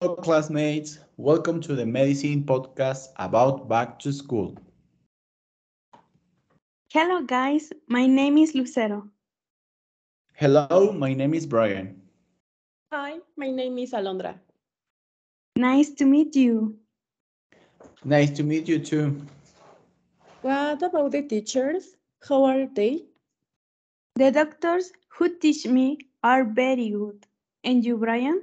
Hello, classmates. Welcome to the medicine podcast about back to school. Hello, guys. My name is Lucero. Hello, my name is Brian. Hi, my name is Alondra. Nice to meet you. Nice to meet you too. What about the teachers? How are they? The doctors who teach me are very good. And you, Brian?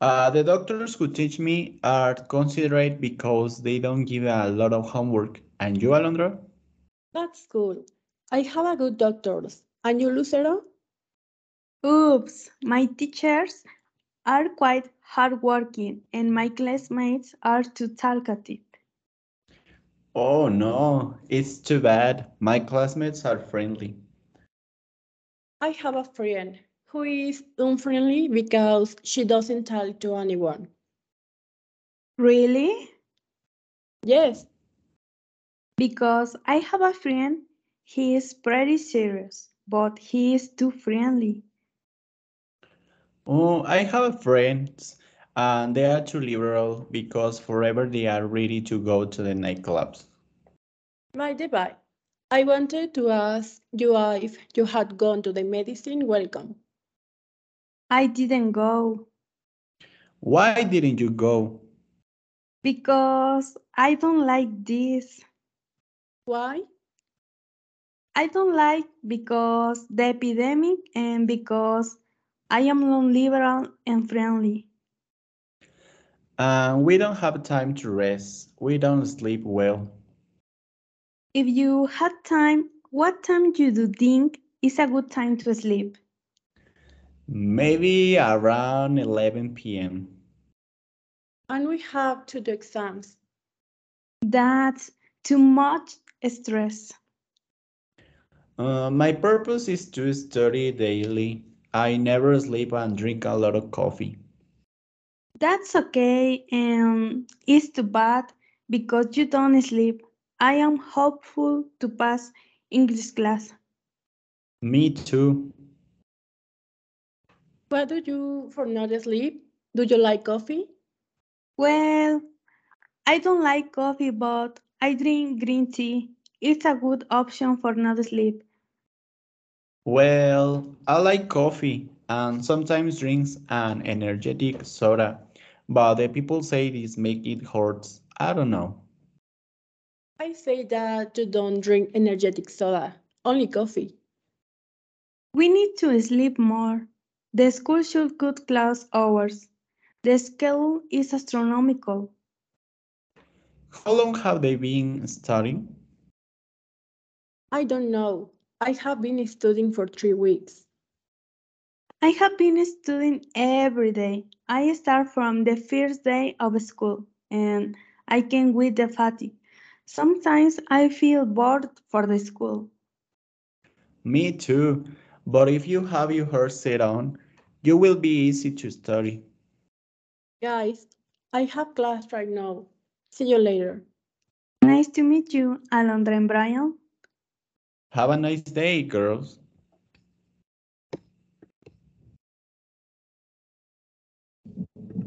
Uh, the doctors who teach me are considerate because they don't give a lot of homework. And you, Alondra? That's cool. I have a good doctors. And you, Lucero? Oops, my teachers are quite hardworking, and my classmates are too talkative. Oh no, it's too bad. My classmates are friendly. I have a friend who is unfriendly because she doesn't talk to anyone. Really? Yes, Because I have a friend, he is pretty serious, but he is too friendly. Oh, I have friends, and they are too liberal because forever they are ready to go to the nightclubs. by the by, I wanted to ask you if you had gone to the medicine welcome. I didn't go Why didn't you go? because I don't like this. Why? I don't like because the epidemic and because I am non-liberal and friendly. And Uh, we don't have time to rest. We don't sleep well. If you had time, what time do you think is a good time to sleep? Maybe around 11 p.m. And we have to do exams. That's too much stress. Uh, my purpose is to study daily. I never sleep and drink a lot of coffee. That's okay and it's too bad because you don't sleep. I am hopeful to pass English class. Me too. What do you for not sleep? Do you like coffee? Well, I don't like coffee, but I drink green tea. It's a good option for not sleep. Well, I like coffee and sometimes drinks an energetic soda, but the people say this make it hurts. I don't know. I say that you don't drink energetic soda, only coffee. We need to sleep more. The school should cut class hours. The schedule is astronomical. How long have they been studying? I don't know. I have been studying for three weeks. I have been studying every day. I start from the first day of school and I can with the fatigue. Sometimes I feel bored for the school. Me too. But if you have your hair set on, you will be easy to study. Guys, I have class right now. See you later. Nice to meet you, Alondra and Brian. Have a nice day, girls.